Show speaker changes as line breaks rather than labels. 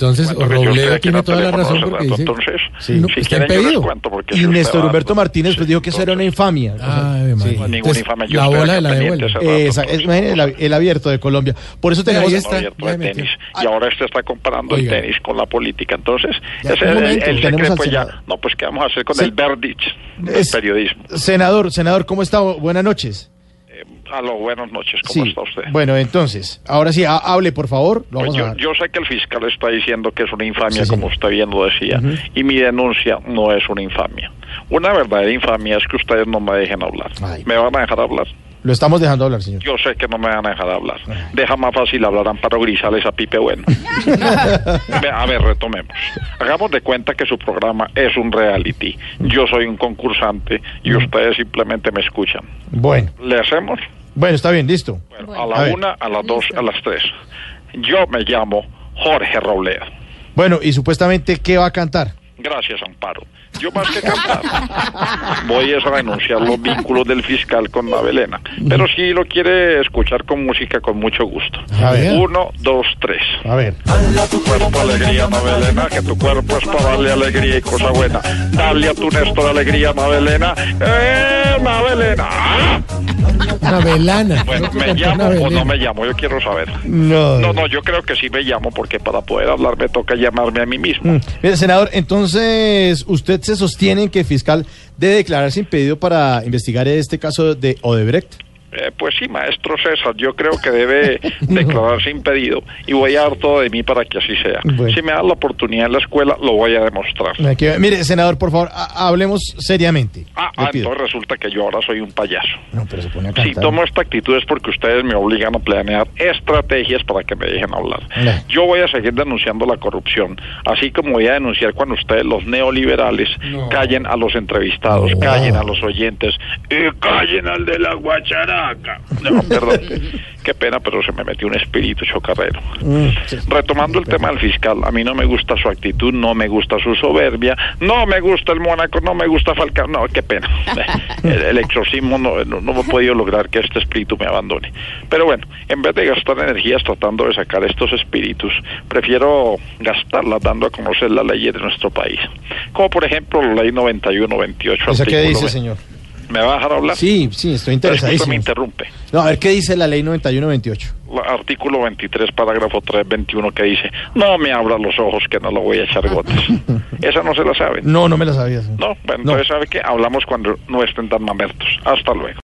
Entonces,
Bueno, que yo estoy
Robledo
aquí en
tiene
el
toda la
teléfono,
razón
Roberto,
porque dice...
Entonces,
Sí. No,
si
está
quieren, yo les
impedido.
cuento porque
Y
yo
Néstor
estaba-
Humberto Martínez pues dijo que eso era una infamia. O sea,
Ave María.
Ningún
Entonces,
infame, yo
La
estoy
bola
acá
de la
pendiente,
devuelve.
esa-
eh, esa- es- imagínate el, ab- el abierto de Colombia. Por eso tenemos...
Ahí está.
abierto
ya
de
me
tenis.
metió.
Ah.
Y ahora este está comparando
Oiga.
el tenis con la política. Entonces,
Ya,
ese
un
es el-
momento,
el,
tenemos al
secreto ya.
senador.
No, pues, ¿qué vamos a hacer con
Se-
el verdich del
Es-
periodismo?
Senador, senador, ¿cómo está? Buenas noches.
Eh, aló, buenas noches, ¿cómo
Sí.
está usted?
Bueno, entonces, ahora sí, ha- hable por favor. Lo
Pues
vamos a
yo, yo sé que el fiscal está diciendo que es una infamia,
Sí,
como
señor.
usted bien lo decía, y mi denuncia no es una infamia. Una verdadera infamia es que ustedes no me dejen hablar.
Ay.
¿Me van a dejar hablar?
Lo estamos dejando hablar, señor.
Yo sé que no me van a dejar hablar. Deja más fácil hablar a Amparo Grisales a Pipe Bueno. Ve- a ver, retomemos. Hagamos de cuenta que su programa es un reality. Yo soy un concursante y ustedes simplemente me escuchan.
Bueno,
¿Le hacemos?
bueno, está bien, listo.
Bueno,
Bueno.
a
A
la
ver.
una, a las dos, a las tres. Yo me llamo Jorge Robledo.
Bueno, y supuestamente, ¿qué va a cantar?
Gracias, Amparo. Yo más que cantar, voy es a renunciar los vínculos del fiscal con la Belena. Pero si lo quiere escuchar con música, con mucho gusto.
A ver.
Uno, dos, tres.
A ver.
Tu cuerpo alegría, Mabelena, que tu cuerpo es para darle alegría y cosa buena. Dale a tu Néstor alegría, Mabelena. ¡Eh, Mabelena! ¡Ah!
Una velana.
Bueno,
Creo que
¿me
cantó
llamo
una
o
velena.
no me llamo? Yo quiero saber.
No.
No, no, yo creo que sí me llamo porque para poder hablar me toca llamarme a mí mismo.
Mm. Mire, senador, entonces, ¿usted se sostiene en que el fiscal debe declararse impedido para investigar este caso de Odebrecht?
Eh, pues sí, maestro César, yo creo que debe declararse impedido y voy a dar todo de mí para que así sea.
Bueno.
Si me dan la oportunidad en la escuela, lo voy a demostrar.
Aquí- mire, senador, por favor, ha- hablemos seriamente.
Ah,
Le
ah,
pido.
entonces resulta que yo ahora soy un payaso.
No, pero se pone a
Si
cantar.
tomo esta actitud es porque ustedes me obligan a planear estrategias para que me dejen hablar.
Ya.
Yo voy a seguir denunciando la corrupción, así como voy a denunciar cuando ustedes, los neoliberales, callen a los entrevistados,
No.
callen a los oyentes y callen al de la guacharaca. No, perdón. Qué pena, pero se me metió un espíritu chocarrero.
Mm, sí.
Retomando el tema del fiscal, a mí no me gusta su actitud, no me gusta su soberbia, no me gusta el Mónaco, no me gusta Falcao, no, qué pena. El, el exorcismo no, no, no he podido lograr que este espíritu me abandone. Pero bueno, en vez de gastar energías tratando de sacar estos espíritus, prefiero gastarlas dando a conocer las leyes de nuestro país. Como por ejemplo la ley 91, 28,
¿Esa qué
artículo
dice,
ve-
señor?
¿Me va a dejar hablar?
Sí, sí, estoy
Pero es que usted me
interesadísimo.
interrumpe.
No, a ver, ¿qué dice la ley 91-28?
La- artículo 23, parágrafo 3, 21, que dice, no me abra los ojos que no lo voy a echar gotas. Esa no se la saben.
No, no me la sabía. señor.
No, bueno, entonces, ¿sabe qué? Hablamos cuando no estén tan mamertos. Hasta luego.